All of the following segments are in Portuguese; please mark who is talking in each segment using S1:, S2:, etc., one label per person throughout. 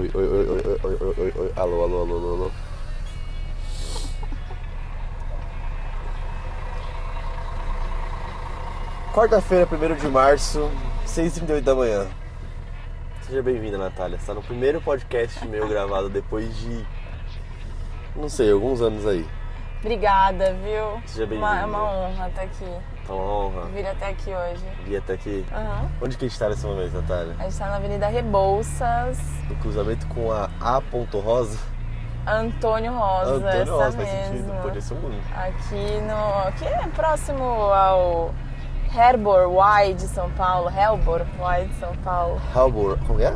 S1: Oi, oi, oi, oi, oi, oi, oi, oi, oi. Alô, alô, alô, alô, alô.
S2: Quarta-feira, 1 de março, 6h38 da manhã. Seja bem-vinda, Natália. Está no primeiro podcast meu gravado depois de. Não sei, alguns anos aí.
S3: Obrigada, viu?
S2: Seja
S3: Uma- É
S2: bem-vinda.
S3: uma honra estar aqui.
S2: Tá uma honra
S3: Vir até aqui hoje.
S2: vir até aqui.
S3: Aham.
S2: Onde que a gente tá nesse momento, Natália?
S3: A gente tá na Avenida Rebouças,
S2: No cruzamento com a A. Ponto Rosa?
S3: Antônio Rosa.
S2: Antônio
S3: essa
S2: Rosa,
S3: mesma.
S2: faz sentido. Podia ser um.
S3: Aqui no. Aqui é próximo ao Harbor Y de São Paulo. Harbor Y de São Paulo.
S2: Harbor. Como é?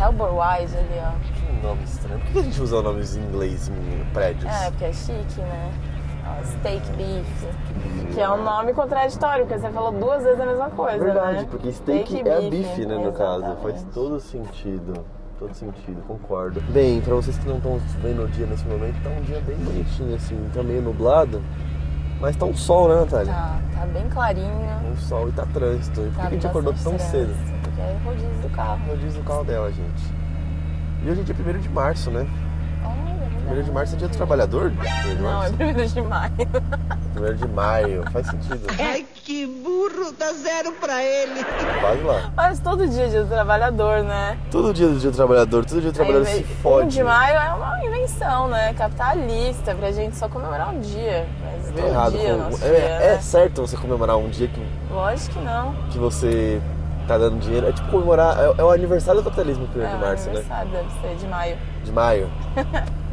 S3: Harbor Y ali, ó.
S2: Que Um nome estranho. Por que a gente usa nomes em inglês em prédios?
S3: É, porque é chique, né? Ó, steak beef. Que é um nome contraditório, porque você falou duas vezes a mesma coisa.
S2: É Verdade,
S3: né?
S2: porque steak, é a
S3: beef,
S2: bife, né, no caso. Faz
S3: exatamente.
S2: todo sentido. Todo sentido, concordo. Bem, pra vocês que não estão vendo o dia nesse momento, tá um dia bem bonitinho, assim, tá meio nublado. Mas tá um sol, né, Natália?
S3: Tá, tá bem clarinho.
S2: Um sol e tá trânsito. E por que
S3: Tá
S2: a gente acordou tão
S3: bastante
S2: cedo?
S3: trânsito, Porque é o rodízio do carro.
S2: Eu diz o carro dela, gente. E hoje é dia 1 de março, né?
S3: Olha,
S2: 1 de março é dia do trabalhador? 1 de
S3: Não, é
S2: março?
S3: primeiro de maio.
S2: 1 de maio, faz sentido.
S4: É que burro, dá zero pra ele.
S2: Quase lá.
S3: Mas todo dia é dia do trabalhador, né?
S2: Todo dia do dia do trabalhador, todo dia do trabalhador
S3: Aí,
S2: se
S3: vem-
S2: fode.
S3: 1 de maio é uma invenção, né? Capitalista, pra gente só comemorar um dia. Mas todo
S2: É errado.
S3: dia é o
S2: com-
S3: nosso
S2: é,
S3: dia,
S2: é
S3: né?
S2: certo você comemorar um dia que,
S3: Lógico que não.
S2: que você tá dando dinheiro. É tipo comemorar. É, é o aniversário do capitalismo, 1
S3: É
S2: de
S3: um
S2: março, né?
S3: aniversário, deve ser de maio.
S2: De maio.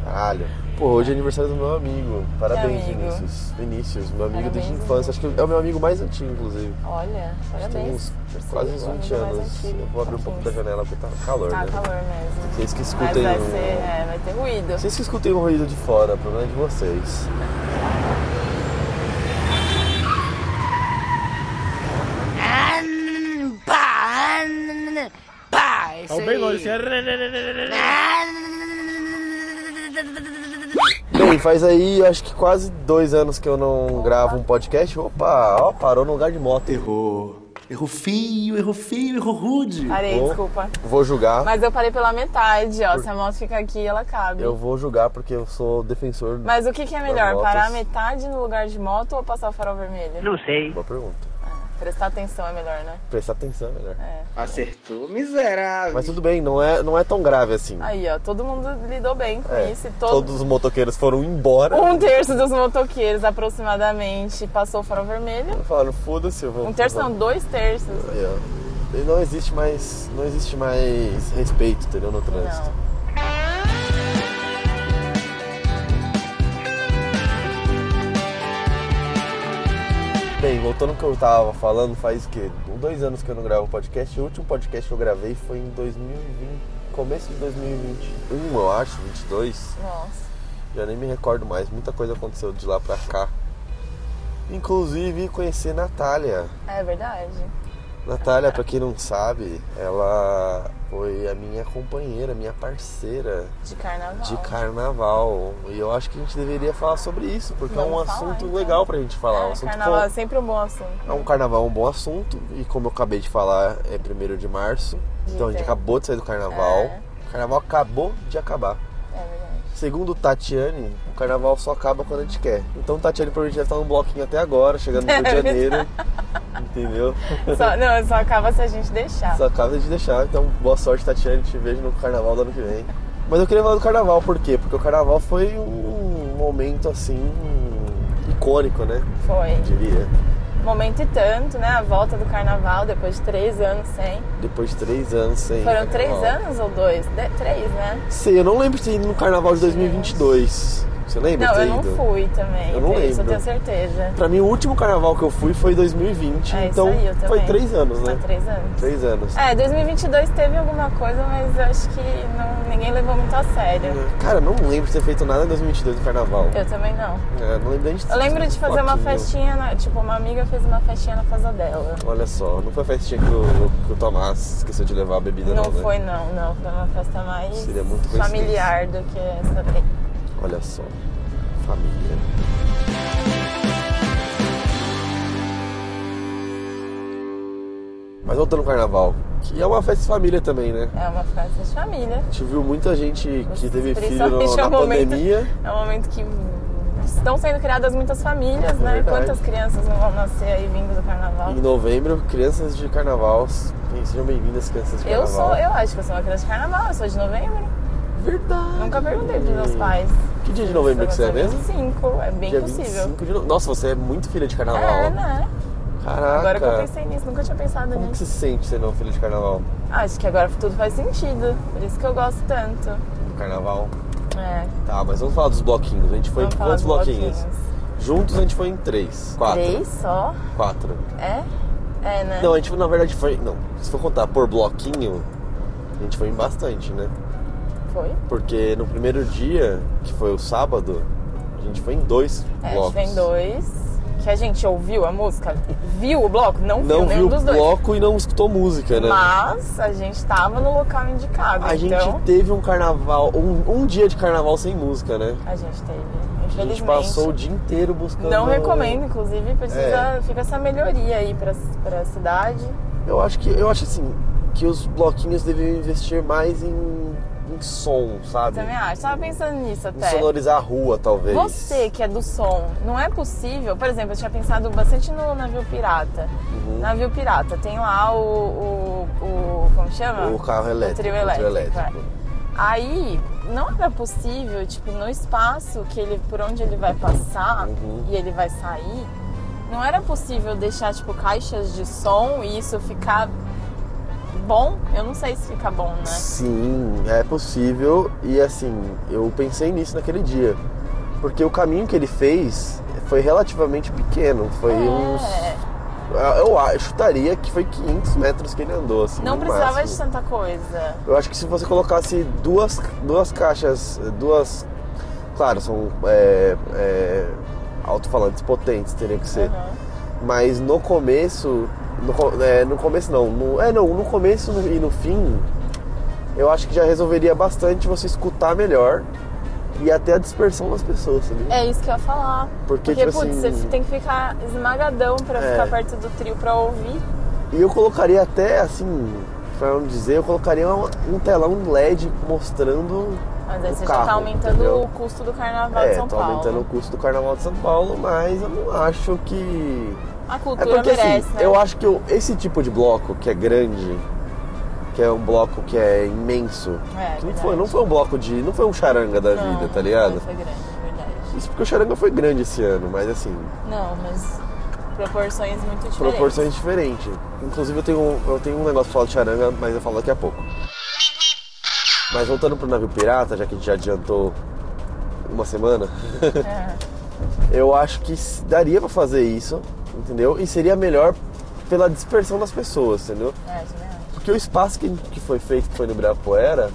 S2: Caralho. Pô, hoje é aniversário do meu amigo. Parabéns,
S3: amigo?
S2: Vinícius. Vinícius, meu amigo
S3: Parabéns,
S2: desde a infância. Acho que é o meu amigo mais antigo, inclusive.
S3: Olha,
S2: Acho que
S3: parabéns.
S2: Tem
S3: por
S2: uns,
S3: ser
S2: quase
S3: o
S2: uns
S3: amigo
S2: 20
S3: mais
S2: anos.
S3: antigo.
S2: Eu vou abrir um pouco da
S3: 15.
S2: janela porque tá calor,
S3: Tá
S2: né? um-
S3: calor mesmo.
S2: Vocês que
S3: Mas
S2: escutem
S3: vai
S2: o-
S3: ser, é, vai ter ruído.
S2: Vocês que escutem o ruído de fora, o problema é de vocês. Bem, faz aí acho que quase dois anos que eu não gravo um podcast. Opa, ó, parou no lugar de moto.
S5: Errou. Errou feio, errou feio, errou rude.
S3: Parei,
S2: Bom.
S3: desculpa.
S2: Vou julgar.
S3: Mas eu parei pela metade, ó. Se a moto fica aqui, ela cabe.
S2: Eu vou julgar porque eu sou defensor.
S3: Mas o que, que é melhor,
S2: motos.
S3: parar a metade no lugar de moto ou passar o farol vermelho?
S2: Boa pergunta.
S3: Prestar atenção é melhor, né?
S2: Prestar atenção é melhor.
S5: Acertou, miserável.
S2: Mas tudo bem, não é, não é tão grave assim.
S3: Aí, ó, todo mundo lidou bem com
S2: É,
S3: isso. E todo...
S2: Todos os motoqueiros foram embora.
S3: Um terço dos motoqueiros, aproximadamente, passou o farol vermelho.
S2: Falaram, foda-se, eu vou.
S3: Um terço
S2: eu vou-
S3: não, dois terços.
S2: Aí, ó. E Não existe mais. Não existe mais respeito, entendeu? No trânsito.
S3: Não.
S2: Bem, voltando ao que eu tava falando, faz o quê? Um, Dois anos que eu não gravo podcast. O último podcast que eu gravei foi em 2020. Começo de 2021, eu acho, 22.
S3: Nossa.
S2: Já nem me recordo mais. Muita coisa aconteceu de lá pra cá. Inclusive, conhecer Natália.
S3: É verdade.
S2: Natália, pra quem não sabe, ela foi a minha companheira, minha parceira
S3: De carnaval. É,
S2: de carnaval. E eu acho que a gente deveria falar sobre isso, porque é um
S3: Vamos falar,
S2: assunto
S3: então.
S2: legal pra gente falar. um
S3: É,
S2: assunto
S3: carnaval
S2: com-
S3: é sempre um bom assunto.
S2: é um carnaval, um bom assunto. E como eu acabei de falar, é 1 de março. Então a gente
S3: Entendi.
S2: acabou de sair do carnaval.
S3: É.
S2: O carnaval acabou de acabar.
S3: É verdade.
S2: Segundo Tatiane, o carnaval só acaba quando a gente quer. Então Tatiane provavelmente deve estar num bloquinho até agora, chegando no Rio de
S3: Deve.
S2: Janeiro. entendeu?
S3: Só- não, só acaba se a gente deixar.
S2: Só acaba de deixar. Então boa sorte, Tatiane. Te vejo no carnaval do ano que vem. Mas eu queria falar do carnaval, por quê? Porque o carnaval foi um momento assim. icônico, né?
S3: Foi.
S2: Eu diria.
S3: Momento e tanto, né? A volta do carnaval depois de três anos sem.
S2: Depois de três anos sem.
S3: Foram três
S2: carnaval.
S3: anos ou dois? De- três, né?
S2: Sei, eu não lembro de ter ido no carnaval de 2022. Você lembra
S3: Não,
S2: de ter
S3: eu não
S2: ido?
S3: fui também.
S2: Eu não
S3: Isso
S2: lembro.
S3: eu tenho certeza.
S2: Pra mim, o último carnaval que eu fui foi em 2020.
S3: É, isso
S2: então,
S3: aí, eu também.
S2: foi três anos, né?
S3: Foi três anos.
S2: Três anos.
S3: É, 2022 teve alguma coisa, mas eu acho que não- ninguém levou muito a sério.
S2: Cara, eu não lembro de ter feito nada em 2022 no carnaval.
S3: Eu também não.
S2: É, não lembro nem de ter
S3: Eu lembro
S2: feito
S3: de fazer uma
S2: bloquinho.
S3: festinha, na- tipo, uma amiga fez uma festinha na casa dela.
S2: Olha só, não foi a festinha que o, que o Tomás esqueceu de levar a bebida, não,
S3: Não
S2: né?
S3: foi não, não. Foi uma festa mais
S2: Seria muito coincidência.
S3: familiar do que essa daí.
S2: Olha só, família. Mas voltando ao carnaval, Que é uma festa de família também, né?
S3: É uma festa de família.
S2: A gente viu muita gente que teve filho no-
S3: Principalmente
S2: na
S3: é um momento-
S2: pandemia.
S3: É um momento que estão sendo criadas muitas famílias, né?
S2: É verdade.
S3: Quantas crianças não vão nascer aí vindo do carnaval?
S2: Em novembro, crianças de carnaval. Sejam bem-vindas, crianças de
S3: Eu
S2: carnaval.
S3: sou, eu acho que eu sou uma criança de carnaval, eu sou de novembro.
S2: Verdade.
S3: Nunca perguntei pros meus pais.
S2: Que dia Hum. de novembro que você é mesmo?
S3: 25, é bem
S2: dia
S3: possível.
S2: 25 de novembro. Nossa, você é muito filha de carnaval.
S3: É, né?
S2: Caraca.
S3: Agora que eu pensei né? nisso, nunca tinha pensado
S2: Como que
S3: nisso.
S2: você se sente sendo uma filha de carnaval?
S3: Acho que agora tudo faz sentido. Por isso que eu gosto tanto.
S2: Do carnaval.
S3: É,
S2: Tá, mas vamos falar dos bloquinhos. A gente foi
S3: vamos
S2: em
S3: falar
S2: quantos
S3: dos
S2: bloquinhos? Juntos a gente foi em três. Quatro.
S3: Três só?
S2: Quatro.
S3: É? É, né?
S2: Não, a gente foi, na verdade foi. Não, se for contar por bloquinho, a gente foi em bastante, né?
S3: Foi?
S2: Porque no primeiro dia, que foi o sábado, a gente foi em dois
S3: É, a
S2: blocos.
S3: gente vem dois. Que a gente ouviu a música, viu o bloco, não,
S2: Não
S3: viu nenhum
S2: viu
S3: dos
S2: o
S3: dois.
S2: bloco e não escutou música, né?
S3: Mas a gente tava no local indicado,
S2: A gente
S3: então
S2: teve um carnaval, um, um dia de carnaval sem música, né?
S3: a gente teve.
S2: A gente
S3: Infelizmente.
S2: passou o dia inteiro buscando.
S3: Não recomendo, inclusive, precisa,
S2: É.
S3: fica essa melhoria aí pra, pra cidade.
S2: Eu acho que eu acho assim que os bloquinhos deveriam investir mais em, em som, sabe?
S3: Também acho. Tava pensando nisso
S2: Em
S3: até.
S2: sonorizar a rua, talvez.
S3: Você que é do som, não é possível. Por exemplo, eu tinha pensado bastante no navio pirata.
S2: Uhum.
S3: Navio pirata, tem lá o. o, o- como chama?
S2: O carro elétrico.
S3: O trio elétrico. é. Aí não era possível, tipo, no espaço que ele, por onde ele vai passar
S2: Uhum.
S3: e ele vai sair, não era possível deixar tipo caixas de som e isso ficar bom. Eu não sei se fica bom, né?
S2: Sim, é possível. E assim, eu pensei nisso naquele dia. Porque o caminho que ele fez foi relativamente pequeno. Foi uns.
S3: É,
S2: Eu a- chutaria que foi 500 metros que ele andou. Assim,
S3: não
S2: no
S3: precisava
S2: máximo.
S3: de tanta coisa.
S2: Eu acho que se você colocasse duas, duas caixas, duas. Claro, são é, é, alto-falantes potentes, teria que ser.
S3: Aham.
S2: Mas no começo. No, co- é, no começo não. No, é não, no começo no- e no fim, eu acho que já resolveria bastante você escutar melhor e até a dispersão das pessoas, sabe?
S3: É isso que eu ia falar.
S2: Porque,
S3: Porque,
S2: tipo
S3: putz,
S2: assim-
S3: você tem que ficar esmagadão pra
S2: É.
S3: ficar perto do trio pra ouvir.
S2: E eu colocaria até assim, pra não dizer, eu colocaria um, um telão LED mostrando.
S3: Mas aí
S2: o
S3: você
S2: carro,
S3: já tá aumentando
S2: entendeu?
S3: o custo do carnaval de
S2: É,
S3: São
S2: tô
S3: Paulo.
S2: aumentando o custo do Carnaval de São Paulo, mas eu não acho que.
S3: A
S2: É
S3: cultura
S2: porque
S3: merece,
S2: assim,
S3: né?
S2: eu acho que eu- esse tipo de bloco que é grande, que é um bloco que é imenso,
S3: É,
S2: que não
S3: verdade.
S2: foi, não foi um bloco de. não foi um charanga da
S3: Não,
S2: vida, tá
S3: não
S2: ligado?
S3: Foi, foi grande, é verdade.
S2: Isso porque o charanga foi grande esse ano, mas assim,
S3: Não, mas proporções muito diferentes.
S2: proporções diferentes. Inclusive eu tenho, um- eu tenho um negócio pra falar de charanga, mas eu falo daqui a pouco. Mas voltando pro navio pirata, já que a gente já adiantou uma semana.
S3: É.
S2: Eu acho que s- daria pra fazer isso, entendeu? E seria melhor pela dispersão das pessoas, entendeu?
S3: É, isso mesmo.
S2: Porque o espaço que, que foi feito, que foi no Ibirapuera,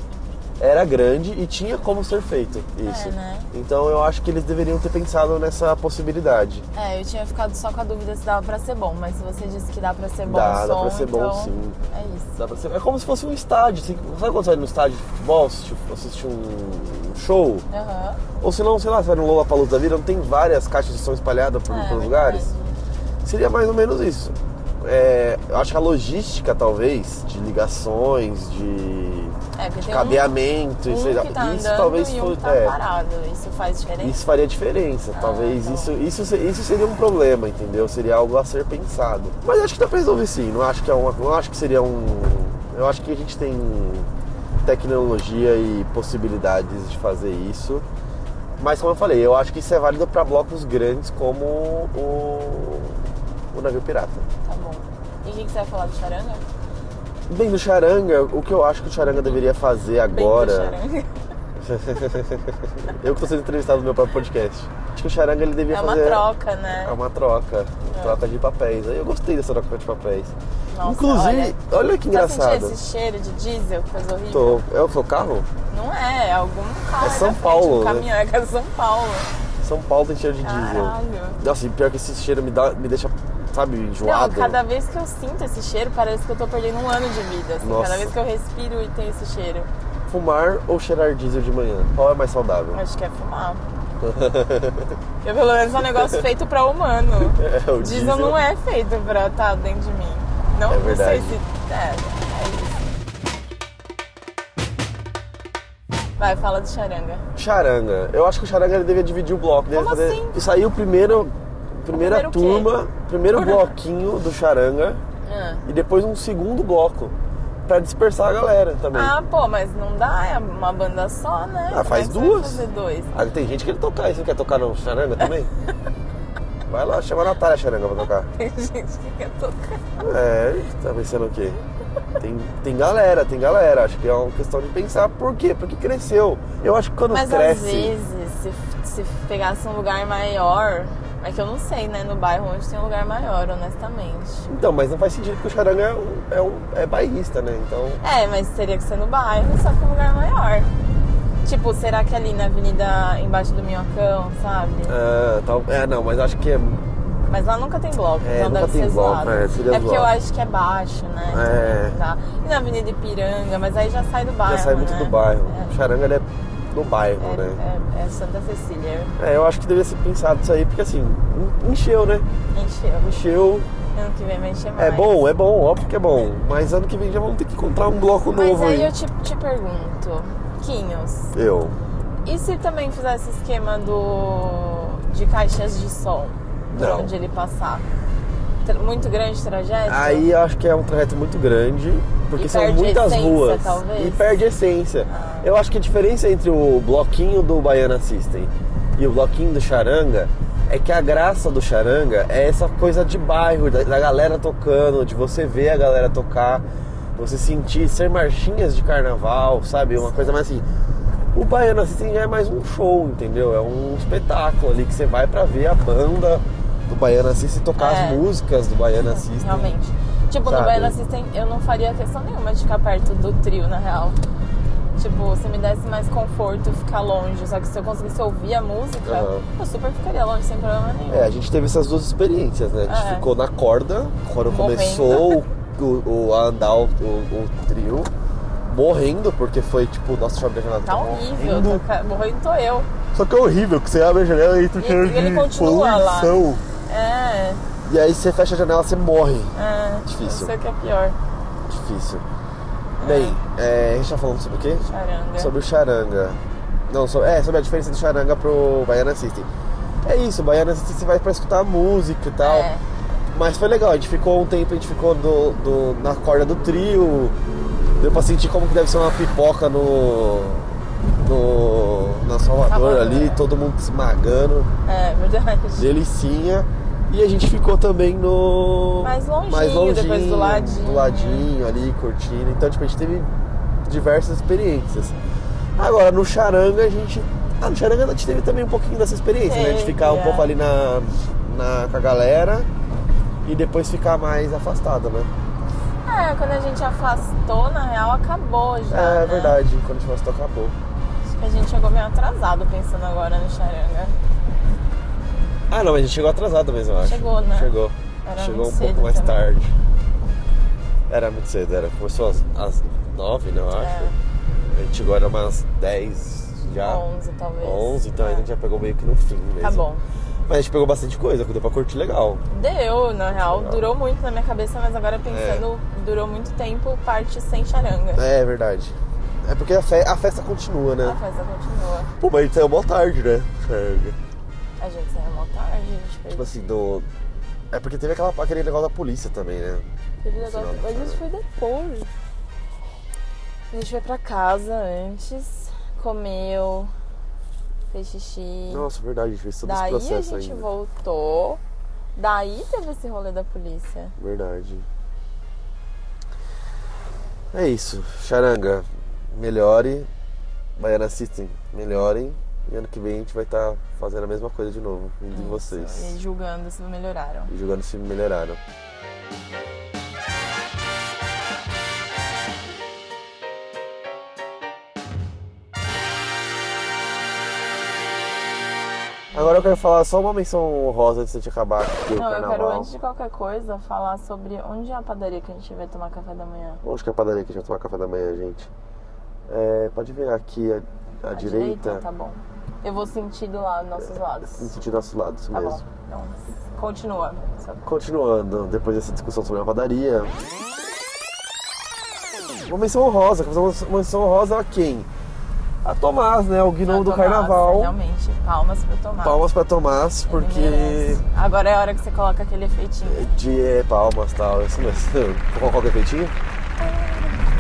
S2: era grande e tinha como ser feito isso.
S3: É, né?
S2: Então eu acho que eles deveriam ter pensado nessa possibilidade.
S3: É, eu tinha ficado só com a dúvida se dava pra ser bom, mas se você disse que dá pra ser bom
S2: Dá,
S3: o
S2: dá
S3: som,
S2: pra ser bom,
S3: então
S2: sim.
S3: é isso.
S2: Dá pra ser- É como se fosse um estádio. assim, Sabe quando você vai no estádio de futebol, assistir, assistir um show?
S3: Aham.
S2: Ou se não, sei lá, você vai no Lollapalooza da vida, não tem várias caixas de som espalhadas por,
S3: É,
S2: pelos
S3: verdade.
S2: lugares? Seria mais ou menos isso. É, eu acho que a logística, talvez, de ligações, de,
S3: É, porque
S2: de
S3: tem um-
S2: cabeamento,
S3: um
S2: sei lá,
S3: que tá
S2: isso
S3: andando
S2: talvez
S3: e um
S2: fosse.
S3: que tá
S2: é,
S3: parado. Isso faz diferença?
S2: isso faria diferença.
S3: Ah,
S2: talvez
S3: tá bom.
S2: isso, isso, se- isso seria um problema, entendeu? Seria algo a ser pensado. Mas acho que dá pra resolver sim. Não acho que é uma. Não acho que seria um. Eu acho que a gente tem tecnologia e possibilidades de fazer isso. Mas como eu falei, eu acho que isso é válido para blocos grandes como o, o navio pirata.
S3: Tá bom. E o que, que você vai falar do charanga?
S2: Bem, do Charanga, o que eu acho que o Charanga deveria fazer agora.
S3: Bem do charanga.
S2: eu que tô sendo entrevistado no meu próprio podcast. Acho que o Charanga ele devia
S3: É uma
S2: fazer.
S3: troca, né?
S2: É uma troca. Troca de papéis. Aí Eu gostei dessa troca de papéis.
S3: Nossa,
S2: Inclusive, olha, que
S3: Tá sentindo
S2: engraçado.
S3: esse cheiro de diesel que coisa horrível?
S2: Tô, é o seu carro?
S3: Não é, é algum carro.
S2: É
S3: da
S2: São
S3: frente,
S2: Paulo,
S3: Um
S2: né?
S3: caminhão é que é São Paulo.
S2: São Paulo tem cheiro de diesel.
S3: Caralho.
S2: Nossa, e pior que esse cheiro me, dá, me deixa, sabe,
S3: Não,
S2: enjoado.
S3: cada vez que eu sinto esse cheiro, parece que eu tô perdendo um ano de vida. assim.
S2: Nossa.
S3: Cada vez que eu respiro e tenho esse cheiro.
S2: Fumar ou cheirar diesel de manhã? Qual é mais saudável?
S3: Eu acho que é fumar. Porque pelo menos é um negócio feito pra humano.
S2: É, o
S3: diesel não é feito pra estar tá dentro de mim. Não,
S2: É
S3: não
S2: verdade.
S3: sei se. É, é isso. Vai, fala do charanga.
S2: Charanga. Eu acho que o Charanga ele devia dividir o bloco. Devia
S3: Como
S2: fazer...
S3: assim?
S2: Isso aí, o primeiro. Primeira
S3: Primeiro o quê?
S2: turma, primeiro bloquinho do Charanga
S3: Ah.
S2: e depois um segundo bloco pra dispersar a galera também.
S3: Ah, pô, mas não dá, é uma banda só, né? Como é
S2: Ah, faz
S3: que você vai
S2: duas.
S3: fazer dois.
S2: Ah, tem gente que ele tocar, e você não quer tocar no Charanga também? Vai lá, chama a Natália Charanga pra tocar.
S3: Tem gente que quer tocar.
S2: É, tá pensando o quê? Tem, tem galera, tem galera. Acho que é uma questão de pensar por quê? Porque cresceu. Eu acho que quando
S3: Mas às
S2: cresce.
S3: vezes, se, se pegasse um lugar maior. É que eu não sei, né? No bairro onde tem um lugar maior, honestamente.
S2: Então, mas não faz sentido porque o Charanga é, um, é, um, é bairrista, né? Então.
S3: É, mas teria que ser no bairro, só que um lugar maior. Tipo, será que ali na avenida embaixo do Minhocão, sabe?
S2: Ah, tal, é, não, mas acho que é.
S3: Mas lá nunca tem bloco,
S2: É,
S3: então
S2: nunca
S3: deve
S2: tem
S3: ser
S2: bloco,
S3: zoado.
S2: é, seria
S3: porque eu
S2: zoado.
S3: acho que é baixo, né?
S2: É.
S3: Não dá. E na Avenida Ipiranga, mas aí já sai do bairro.
S2: Já sai muito
S3: né?
S2: do bairro. O
S3: É.
S2: Charanga ele é do bairro,
S3: É,
S2: né?
S3: é- é Santa Cecília,
S2: É. eu acho que deveria ser pensado isso aí, porque assim, en- encheu, né?
S3: encheu.
S2: Encheu.
S3: Ano que vem vai encher mais.
S2: É bom, é bom, óbvio que é bom. Mas ano que vem já vamos ter que encontrar um bloco
S3: Mas
S2: novo
S3: aí
S2: aí.
S3: eu te, te pergunto, Quinhos,
S2: Eu.
S3: e se também fizesse esquema do de caixas de som? Por
S2: Não.
S3: onde ele passar? Tra- Muito grande trajeto?
S2: Aí eu acho que é um trajeto muito grande, porque
S3: E
S2: são
S3: perde a
S2: muitas
S3: essência,
S2: ruas.
S3: talvez? Ah.
S2: E perde a essência. Eu acho que a diferença entre o bloquinho do Baiana System e o bloquinho do Charanga é que a graça do Charanga é essa coisa de bairro, da, da galera tocando, de você ver a galera tocar, você sentir, ser marchinhas de carnaval, sabe? Uma coisa mais assim. O Baiana System já é mais um show, entendeu? É um espetáculo ali que você vai pra ver a banda do Baiana System tocar
S3: É.
S2: as músicas do Baiana System.
S3: Realmente. Tipo,
S2: é Sabe?
S3: no Baiana System eu não faria questão nenhuma de ficar perto do trio, na real. Tipo, se me desse mais conforto ficar longe. Só que se eu conseguisse ouvir a música,
S2: Aham.
S3: eu super ficaria longe, sem problema nenhum.
S2: É, a gente teve essas duas experiências, né? A gente
S3: É.
S2: ficou na corda quando
S3: Morrendo.
S2: começou o, o- o- a andar o, o- o trio, morrendo, porque foi tipo, nossa, deixa eu abrir a janela.
S3: Tá horrível, tô, ca- morrendo tô eu.
S2: Só que é horrível, que você abre a janela e entra um
S3: E-
S2: cheiro
S3: e ele
S2: de
S3: continua lá.
S2: poluição.
S3: É,
S2: E aí você fecha a janela, você morre.
S3: é.
S2: Difícil.
S3: Não sei o que é pior.
S2: Difícil. Bem, é, a gente tá falando sobre o quê?
S3: Charanga.
S2: Sobre o charanga. Não, sobre, é, sobre a diferença do charanga pro Baiana System. É isso, o Baiana System você vai pra escutar a música e tal.
S3: É.
S2: Mas foi legal, a gente ficou um tempo, a gente ficou do, do- na corda do trio. Deu pra sentir como que deve ser uma pipoca no. no na Salvador
S3: Salvador,
S2: ali,
S3: é.
S2: todo mundo se esmagando.
S3: É, verdade.
S2: Delicinha. E a gente ficou também no.
S3: Mais longinho, depois do ladinho.
S2: Do ladinho ali, curtindo. Então, tipo, a gente teve diversas experiências. Agora, no Charanga, a gente. Ah, no Charanga a gente teve também um pouquinho dessa experiência, né? De
S3: Teve,
S2: ficar um
S3: é.
S2: pouco ali na, na, com a galera e depois ficar mais afastada, né?
S3: É, quando a gente afastou, na real, acabou já.
S2: É,
S3: né?
S2: verdade, quando a gente afastou, acabou.
S3: Acho que a gente chegou meio atrasado pensando agora no charanga.
S2: Ah, não, mas a gente chegou atrasado mesmo, eu acho.
S3: Chegou, né?
S2: Chegou.
S3: Era
S2: chegou
S3: muito
S2: um pouco
S3: cedo
S2: mais
S3: também.
S2: tarde. Era muito cedo, era. Começou às, às nove, né, eu acho.
S3: É,
S2: A gente chegou, era umas 10 já.
S3: 11 talvez.
S2: 11, então
S3: é.
S2: a gente já né? pegou meio que no fim mesmo.
S3: Tá bom.
S2: Mas a gente pegou bastante coisa, que deu pra curtir legal.
S3: Deu, na real,
S2: Legal.
S3: durou muito na minha cabeça, mas agora pensando, durou muito tempo parte sem charanga.
S2: É, verdade. É porque a, fe- a festa continua,
S3: A
S2: né?
S3: festa continua.
S2: Pô, mas a gente saiu mó tarde, né? Chega.
S3: A gente saiu mó tarde, a gente fez.
S2: Tipo assim, do... É porque teve aquela, aquele negócio da polícia também, né?
S3: Teve um
S2: final
S3: negócio.
S2: do
S3: Mas isso
S2: sábado.
S3: foi depois. A gente foi pra casa antes, comeu, fez xixi.
S2: Nossa, verdade, a gente fez todo
S3: daí
S2: esse processo
S3: a gente
S2: ainda.
S3: voltou. Daí teve esse rolê da polícia.
S2: Verdade. É isso. Charanga, melhore. Baiana assistem, melhorem. E ano que vem a gente vai estar fazendo a mesma coisa de novo, indo em vocês.
S3: E julgando se melhoraram.
S2: E jogando se melhoraram. Agora eu quero falar só uma menção rosa antes de a gente acabar aqui o
S3: Não, eu
S2: carnaval.
S3: quero antes de qualquer coisa falar sobre onde é a padaria que a gente vai tomar café da manhã.
S2: Onde que é a padaria que a gente vai tomar café da manhã, gente? É, pode virar aqui à, à
S3: À
S2: direita,
S3: Tá bom. Eu vou sentido lá, nossos
S2: no
S3: lados.
S2: sentido do nosso lado, isso
S3: Tá bom.
S2: mesmo.
S3: Então, continua.
S2: Continuando, depois dessa discussão sobre a padaria. Uma menção honrosa, quer fazer uma menção honrosa a quem? a Tomás, né? O
S3: Ah,
S2: Gnomo do
S3: Tomás,
S2: Carnaval.
S3: Realmente, palmas pro Tomás.
S2: Palmas pra Tomás,
S3: Ele
S2: porque.
S3: merece. Agora é a hora que você coloca aquele efeitinho.
S2: De é, palmas e tal, isso mesmo. Qual que é feitinho?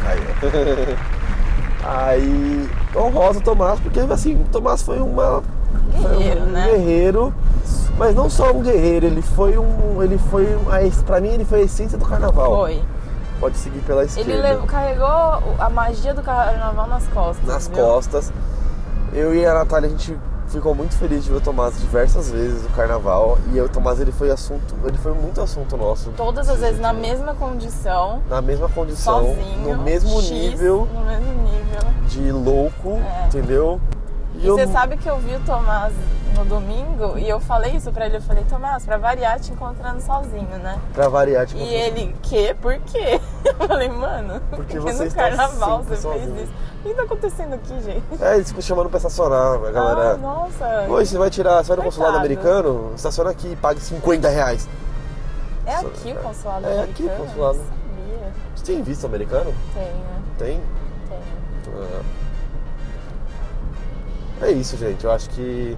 S2: Aí, ó. Aí, honrosa o Tomás, porque assim, o Tomás foi uma. foi um
S3: Guerreiro, né?
S2: guerreiro, mas não só um guerreiro, ele foi um. Ele foi. A, es- pra mim, ele foi a essência do carnaval.
S3: Foi.
S2: Pode seguir pela esquerda.
S3: Ele levou- carregou o- a magia do carnaval nas costas.
S2: nas
S3: viu?
S2: costas. Eu e a Natália, a gente ficou muito feliz de ver o Tomás diversas vezes no carnaval. E eu, o Tomás, ele foi assunto, ele foi muito assunto nosso.
S3: Todas as vezes na
S2: Sim.
S3: mesma condição,
S2: na mesma condição,
S3: sozinho.
S2: no mesmo
S3: X,
S2: nível
S3: No mesmo nível.
S2: de louco,
S3: É.
S2: entendeu?
S3: E você sabe que eu vi o Tomás no domingo e eu falei isso pra ele. Eu falei, Tomás, pra variar, te encontrando sozinho, né?
S2: pra variar, tipo,
S3: E ele, quê? Por quê? Eu falei, mano,
S2: Porque você
S3: no
S2: está
S3: carnaval
S2: sempre
S3: você
S2: sozinho.
S3: fez isso. O que tá acontecendo aqui, gente?
S2: é, eles ficam chamando pra estacionar, a
S3: Ah,
S2: galera.
S3: nossa.
S2: Oi, você vai tirar, você vai no consulado
S3: Coitado.
S2: americano? Estaciona aqui e pague 50 reais.
S3: É aqui o consulado
S2: É aqui o
S3: americano?
S2: consulado.
S3: Eu não sabia.
S2: Você tem visto americano?
S3: Tenho,
S2: Tem?
S3: tenho.
S2: É. É isso, gente. Eu acho que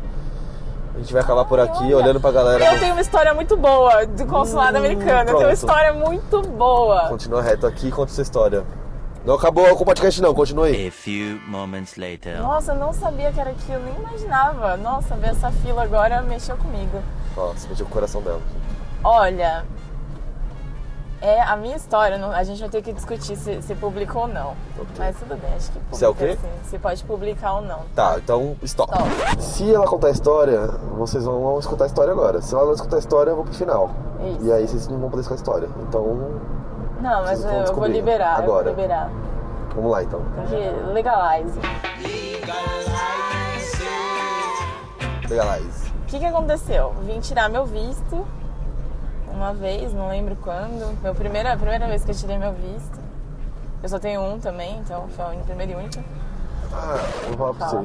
S2: a gente vai acabar por aqui
S3: olha.
S2: olhando pra galera.
S3: Eu tenho uma história muito boa do consulado
S2: Hum,
S3: americano. Eu tenho
S2: pronto.
S3: uma história muito boa.
S2: Continua reto aqui e conta sua história. Não acabou com o podcast, não. Continua aí.
S5: A few moments later.
S3: Nossa, eu não sabia que era aqui, eu nem imaginava. Nossa, ver essa fila agora mexeu comigo.
S2: Nossa, mexeu com o coração dela.
S3: Olha, é a minha história, não- a gente vai ter que discutir se, se publica ou não.
S2: Ok.
S3: Mas tudo bem, acho que publica
S2: Se é o quê?
S3: sim. Se pode publicar ou não.
S2: Tá, então, stop.
S3: Stop.
S2: Se ela contar a história, vocês vão vão escutar a história agora. Se ela não escutar a história, eu vou pro final.
S3: É Isso.
S2: E aí vocês não vão poder escutar a história. Então,
S3: Não, mas
S2: Vocês vão
S3: eu, vou
S2: descobrir
S3: liberar,
S2: agora.
S3: eu vou liberar.
S2: vamos lá então.
S3: Porque legalize.
S2: Legalize.
S3: O que, que aconteceu? Vim tirar meu visto uma vez, não lembro quando. Meu primeira, a primeira vez que eu tirei meu visto. Eu só tenho um também, então foi a primeira e única.
S2: Ah, eu vou falar pra
S3: Fala.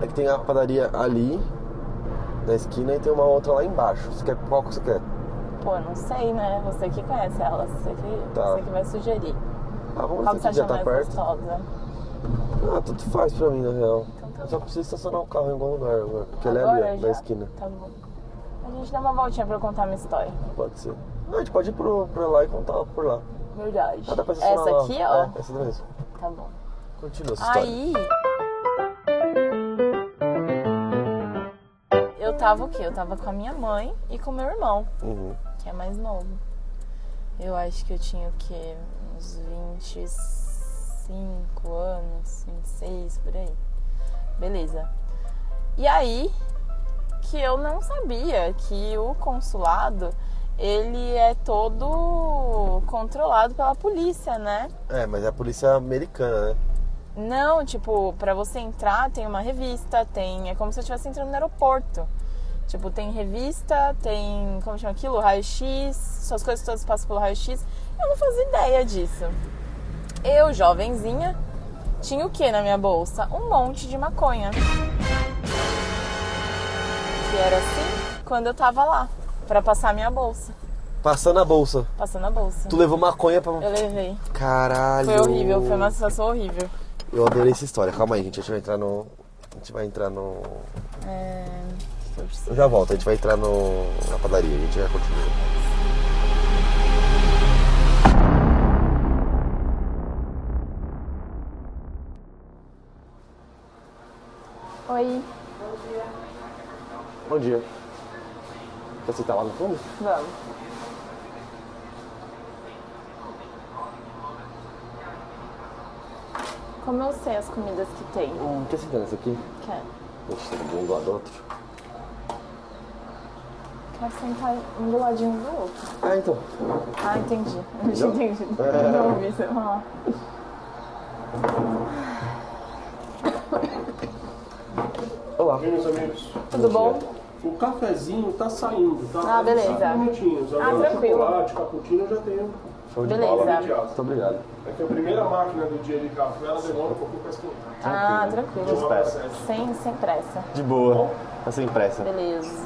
S2: você. É que tem a padaria ali, na esquina, e tem uma outra lá embaixo. Você quer, qual que você quer?
S3: Pô, não sei, né? Você que conhece ela, você que,
S2: Tá.
S3: você que vai sugerir.
S2: Ah, vamos
S3: Qual
S2: ver
S3: que você
S2: se
S3: acha
S2: já tá
S3: mais
S2: perto.
S3: gostosa?
S2: Ah, tudo faz pra mim, na real.
S3: Então tá
S2: Eu só
S3: bom.
S2: preciso estacionar o carro em algum lugar agora. Porque ele é
S3: Agora
S2: ali, ó,
S3: já?
S2: na esquina.
S3: Tá bom. A gente dá uma voltinha pra eu contar minha história.
S2: Pode ser. Ah, a gente pode ir pro, pra lá e contar por lá.
S3: Verdade.
S2: Ah, dá pra estacionar
S3: Essa
S2: lá.
S3: aqui, ó.
S2: É, essa mesmo.
S3: Tá bom.
S2: Continua essa história.
S3: Aí. Eu tava o quê? Eu tava com a minha mãe e com meu irmão,
S2: Uhum.
S3: que é mais novo. Eu acho que eu tinha o quê? Uns 25 anos, 26, por aí. Beleza. E aí que eu não sabia que o consulado ele é todo controlado pela polícia, né?
S2: É, mas é a polícia americana, né?
S3: Não, tipo, pra você entrar tem uma revista, tem. É como se eu estivesse entrando no aeroporto. Tipo, tem revista, tem. Como chama aquilo? Raio-X, suas coisas todas passam pelo raio-X. Eu não fazia ideia disso. Eu, jovenzinha, tinha o que na minha bolsa? Um monte de maconha. Que era assim quando eu tava lá, pra passar minha bolsa.
S2: Passando a bolsa.
S3: Passando a bolsa.
S2: Tu levou maconha pra.
S3: Eu levei.
S2: Caralho.
S3: Foi horrível, foi uma sensação horrível.
S2: Eu adorei essa história. Calma aí, gente. A gente vai entrar no. A gente vai entrar no.
S3: É... o que eu preciso?
S2: Eu já volto, a gente vai entrar no. na padaria, a gente já continua.
S3: Oi,
S2: Bom dia. Você tá lá no fundo?
S3: vamos. Como eu sei as comidas que tem?
S2: Hum, quer sentar nessa aqui?
S3: Quer?
S2: Deixa eu um do lado do outro.
S3: Quero sentar um do ladinho do outro.
S2: Ah, então.
S3: Ah, entendi. Eu já entendi. Não ouvi você falar.
S2: Olá.
S6: Meus amigos,
S3: Tudo bom?
S6: o cafezinho tá saindo, tá?
S3: Ah, beleza.
S6: Uns cinco minutinhos.
S3: Ah,
S6: Agora,
S3: tranquilo. Tá.
S6: chocolate, cappuccino eu já tenho.
S2: Show de
S3: Beleza.
S2: bola. Muito
S6: Muito
S2: obrigado.
S6: É que a primeira máquina do dia de café, ela demora um pouquinho pra esquentar.
S3: Ah, tranquilo.
S6: Demora sete.
S3: Sem, sem pressa.
S2: De boa. Tá sem pressa.
S3: Beleza.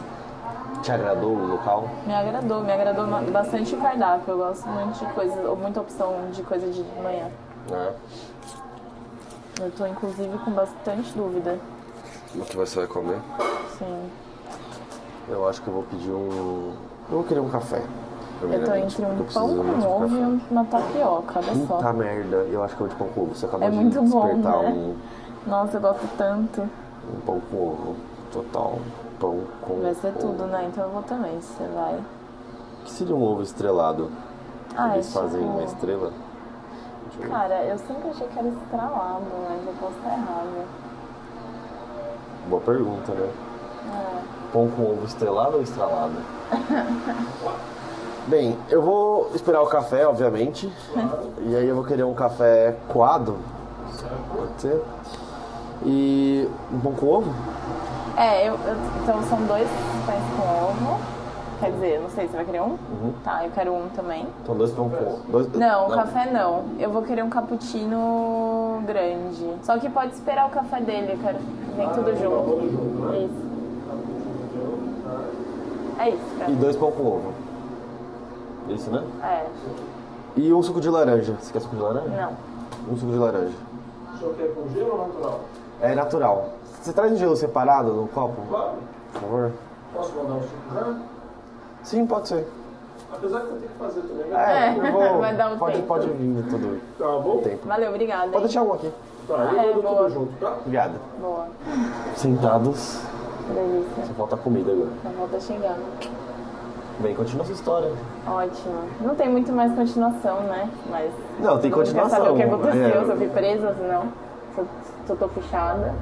S2: Te agradou o local?
S3: Me agradou, me agradou ma- bastante o cardápio. Eu
S2: Né?
S3: gosto muito de coisa, muita opção de coisa de manhã.
S2: É.
S3: Eu tô, inclusive, com bastante dúvida.
S1: O que você vai comer?
S3: Sim.
S2: Eu acho que eu vou pedir um. Eu vou querer um café.
S3: Eu
S2: né?
S3: tô entre um pão com ovo e um- uma tapioca, olha só.
S2: Puta merda, eu acho que eu vou de pão com ovo. Você acabou
S3: É
S2: de
S3: muito bom,
S2: despertar
S3: né?
S2: um,
S3: Nossa, eu gosto tanto.
S2: um pão com ovo. Total. Pão com
S3: Vai ser
S2: ovo.
S3: tudo, né? Então eu vou também, se você vai.
S2: O que seria um ovo estrelado?
S3: Ah,
S2: Eles
S3: é
S2: fazem
S3: tipo-
S2: uma estrela?
S3: Cara, eu sempre achei que era estralado, mas eu posso estar errado.
S2: Boa pergunta, né?
S3: É.
S2: Pão com ovo estrelado ou estralado? Bem, eu vou esperar o café, obviamente. E aí eu vou querer um café coado. Pode ser. E um pão com ovo?
S3: É, eu, eu- então são dois pães com ovo. Quer dizer, eu não sei, você vai querer um?
S2: Uhum.
S3: Tá, eu quero um também.
S2: Então dois pão com ovo. Dois...
S3: Não, um café não. Eu vou querer um cappuccino grande. Só que pode esperar o café dele, eu quero. Vem tudo
S2: Ah,
S3: junto.
S6: né?
S3: Isso. É isso,
S2: E
S3: cara.
S2: dois pão com ovo. Isso, né?
S3: É,
S2: E um suco de laranja. Você quer suco de laranja?
S3: não.
S2: Um suco de laranja.
S6: O senhor quer com gelo ou natural?
S2: É natural. Você traz um gelo separado no copo,
S6: Claro.
S2: por favor?
S6: Posso mandar um suco já?
S2: Sim, pode ser.
S6: Apesar que eu tenho que fazer também, né?
S2: É, eu vou-
S3: vai dar um
S2: pode,
S3: tempo.
S2: pode vir tudo.
S6: Tá bom?
S2: Tempo.
S3: Valeu, obrigada.
S2: Pode
S3: hein?
S2: deixar um aqui.
S6: Tá, eu
S3: É,
S6: mando
S3: boa.
S6: tudo junto, tá?
S2: Obrigado.
S3: Boa,
S2: Sentados,
S3: que delícia.
S2: só falta comida agora.
S3: A tá volta chegando.
S2: Bem, continua essa história.
S3: Ótimo. Não tem muito mais continuação, né? Mas.
S2: Não, tem
S3: eu
S2: continuação,
S3: Quero saber o que aconteceu,
S2: é.
S3: se eu fui presa, se não. Se eu- Se eu tô fechada.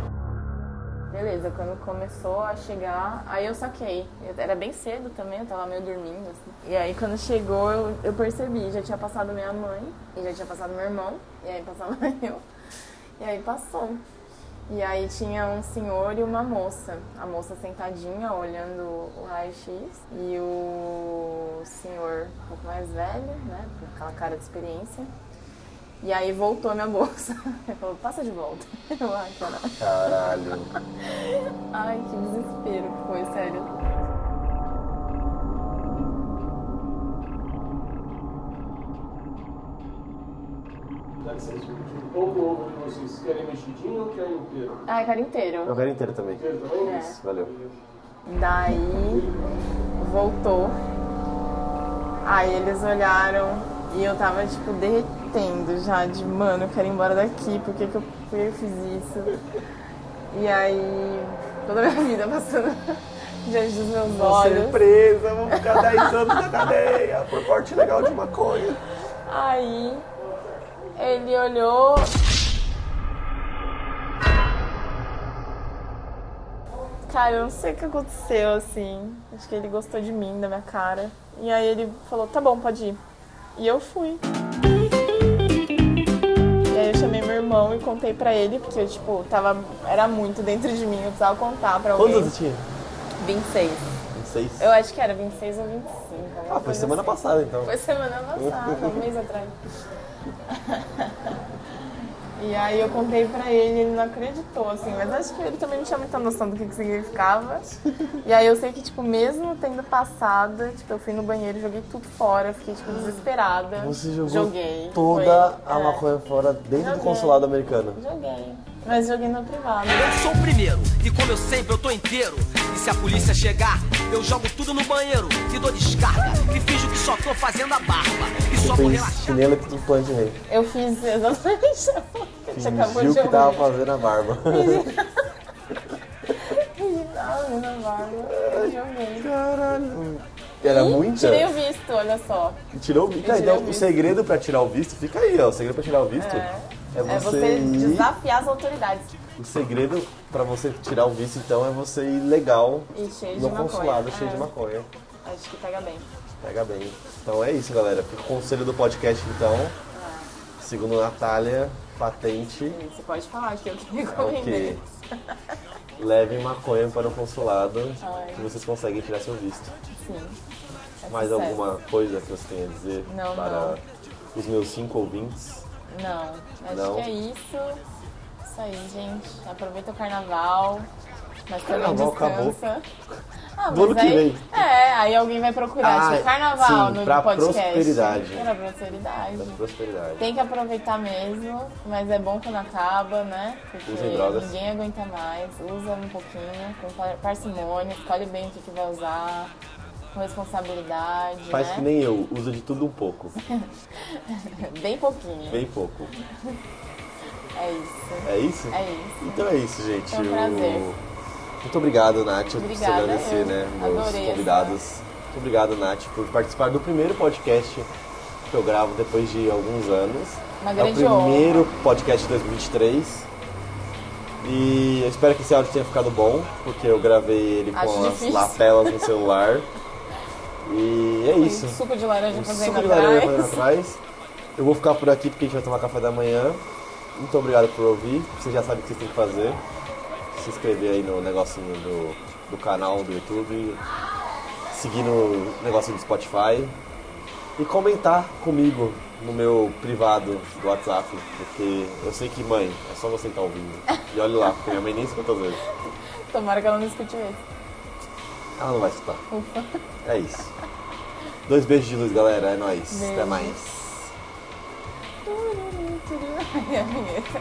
S3: Beleza, quando começou a chegar, aí eu saquei. Eu- era bem cedo também, eu tava meio dormindo, assim. E aí quando chegou, eu, eu percebi, já tinha passado minha mãe, e já tinha passado meu irmão, e aí passava eu. E aí passou. E aí tinha um senhor e uma moça. A moça sentadinha olhando o raio-x e o senhor um pouco mais velho, né? Com aquela cara de experiência. E aí voltou minha bolsa. Ele falou, passa de volta. Eu, ai, caralho.
S2: É. Caralho.
S3: Ai, que desespero que foi, sério.
S6: Deve ser um pouco ovo de vocês. Querem mexidinho ou querem inteiro?
S3: Ai, cara inteiro.
S2: Eu quero inteiro também.
S6: Inteiro também?
S3: É.
S2: Valeu.
S3: Daí voltou. Aí eles olharam e eu tava tipo derretendo já de mano, eu quero ir embora daqui, por que, que, eu, por que eu fiz isso? E aí toda a minha vida passando diante dos meus olhos.
S2: Surpresa, vou ficar 10 anos na cadeia por porte legal de maconha.
S3: Aí ele olhou. Cara, eu não sei o que aconteceu, assim. Acho que ele gostou de mim, da minha cara. E aí ele falou, tá bom, pode ir. E eu fui. E aí eu chamei meu irmão e contei pra ele, porque eu, tipo, tava. Era muito dentro de mim, eu precisava contar pra alguém.
S2: Quantos anos tinha?
S3: 26.
S2: 26.
S3: Eu acho que era 26 ou 25. alguma
S2: Ah, foi
S3: coisa
S2: semana
S3: assim.
S2: passada então.
S3: Foi semana passada, um mês atrás. E aí eu contei pra ele, ele não acreditou, assim, mas acho que ele também não tinha muita noção do que, que significava. E aí eu sei que, tipo, mesmo tendo passado, tipo, eu fui no banheiro, joguei tudo fora, fiquei, tipo, desesperada.
S2: Você jogou
S3: joguei.
S2: toda
S3: Foi-
S2: a
S3: é,
S2: maconha fora dentro do
S3: Joguei.
S2: consulado americano.
S3: Joguei. Mas joguei no privado.
S7: Eu sou o primeiro, e como eu sempre, eu tô inteiro. E se a polícia chegar, eu jogo tudo no banheiro. E dou descarga, e finjo que só tô fazendo a barba. E só vou
S2: Fez
S7: relaxar.
S2: que nem a letra do Plant Rei.
S3: Eu fiz exatamente o que você acabou de
S2: Fingiu que
S3: ouvir.
S2: tava fazendo a barba.
S3: Ah, meu namorado, eu joguei.
S2: Caralho. Era
S3: Ih,
S2: É, muita?
S3: Hum, Tirei o visto, olha só.
S2: Tirou o visto. Cara,
S3: Tirei
S2: então
S3: o
S2: o
S3: visto.
S2: segredo pra tirar o visto, fica aí, ó. O segredo pra tirar o visto é,
S3: É
S2: você.
S3: você
S2: ir-
S3: desafiar as autoridades.
S2: O segredo pra você tirar o visto, então, é você ir legal
S3: E cheio de
S2: no
S3: maconha.
S2: consulado cheio
S3: É,
S2: de maconha.
S3: Acho que pega bem.
S2: Pega bem. Então é isso, galera. Fica o conselho do podcast, então. Segundo Natália, patente
S3: Você pode falar que eu que
S2: é o
S3: recomendei.
S2: que levem maconha para o consulado
S3: Ai.
S2: que vocês conseguem tirar seu visto.
S3: Sim. É
S2: Mais
S3: sucesso.
S2: alguma coisa que você tem a dizer
S3: Não,
S2: para
S3: não.
S2: os meus cinco ouvintes?
S3: Não. Acho
S2: Não.
S3: que é isso. Isso aí, gente. Aproveita o carnaval. Mas também
S2: Carnaval
S3: descansa. Ah,
S2: Do ano
S3: mas
S2: que
S3: aí,
S2: vem.
S3: É, aí alguém vai procurar.
S2: Ah,
S3: tipo, carnaval
S2: sim,
S3: no
S2: pra
S3: podcast.
S2: prosperidade.
S3: Pra prosperidade.
S2: Prosperidade.
S3: Tem que aproveitar mesmo, mas é bom quando acaba, né? Porque
S2: Usem drogas.
S3: ninguém aguenta mais. Usa um pouquinho, com par- parcimônia, escolhe bem o que, que vai usar, com responsabilidade,
S2: Faz
S3: né?
S2: que nem eu, usa de tudo um pouco.
S3: Bem pouquinho.
S2: Bem pouco.
S3: É isso.
S2: É isso?
S3: É isso.
S2: Então é isso, gente.
S3: Foi um prazer.
S2: O- Muito obrigado, Nath. Eu preciso
S3: Obrigada,
S2: agradecer,
S3: eu.
S2: né? Meus
S3: Adorei essa-
S2: convidados. Muito obrigado, Nath, por participar do primeiro podcast que eu gravo depois de alguns anos.
S3: Uma
S2: é o
S3: grande honra.
S2: primeiro podcast de 2023. E eu espero que esse áudio tenha ficado bom, porque eu gravei ele
S3: Acho
S2: com as
S3: difícil.
S2: lapelas no celular. E é
S3: Tem
S2: isso.
S3: Suco de laranja
S2: Um
S3: fazendo
S2: suco de laranja
S3: atrás.
S2: fazendo atrás. Eu vou ficar por aqui porque a gente vai tomar café da manhã. Muito obrigado por ouvir. Você já sabe o que vocês têm que fazer. Se inscrever aí no negocinho do, do canal do YouTube. Seguir no negocinho do Spotify. E comentar comigo no meu privado do WhatsApp. Porque eu sei que, mãe, é só você que tá ouvindo. E olha lá, porque minha mãe nem escuta às vezes.
S3: Tomara que ela não escute isso.
S2: Ela não vai escutar. É isso. Dois beijos de luz, galera. É nóis. Até
S3: Beijos.
S2: mais.
S3: Ai, a vinheta.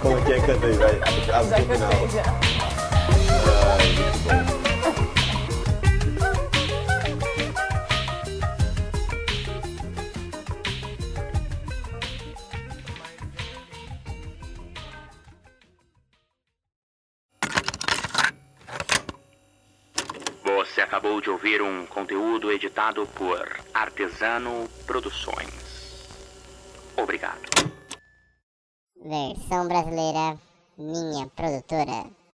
S2: Como que é? Canta aí, vai. Abre
S3: Já
S2: o final.
S3: cantei, já.
S2: Ai, muito bom.
S8: Você acabou de ouvir um conteúdo editado por Artesano Produções. Obrigado.
S9: Versão brasileira, minha produtora.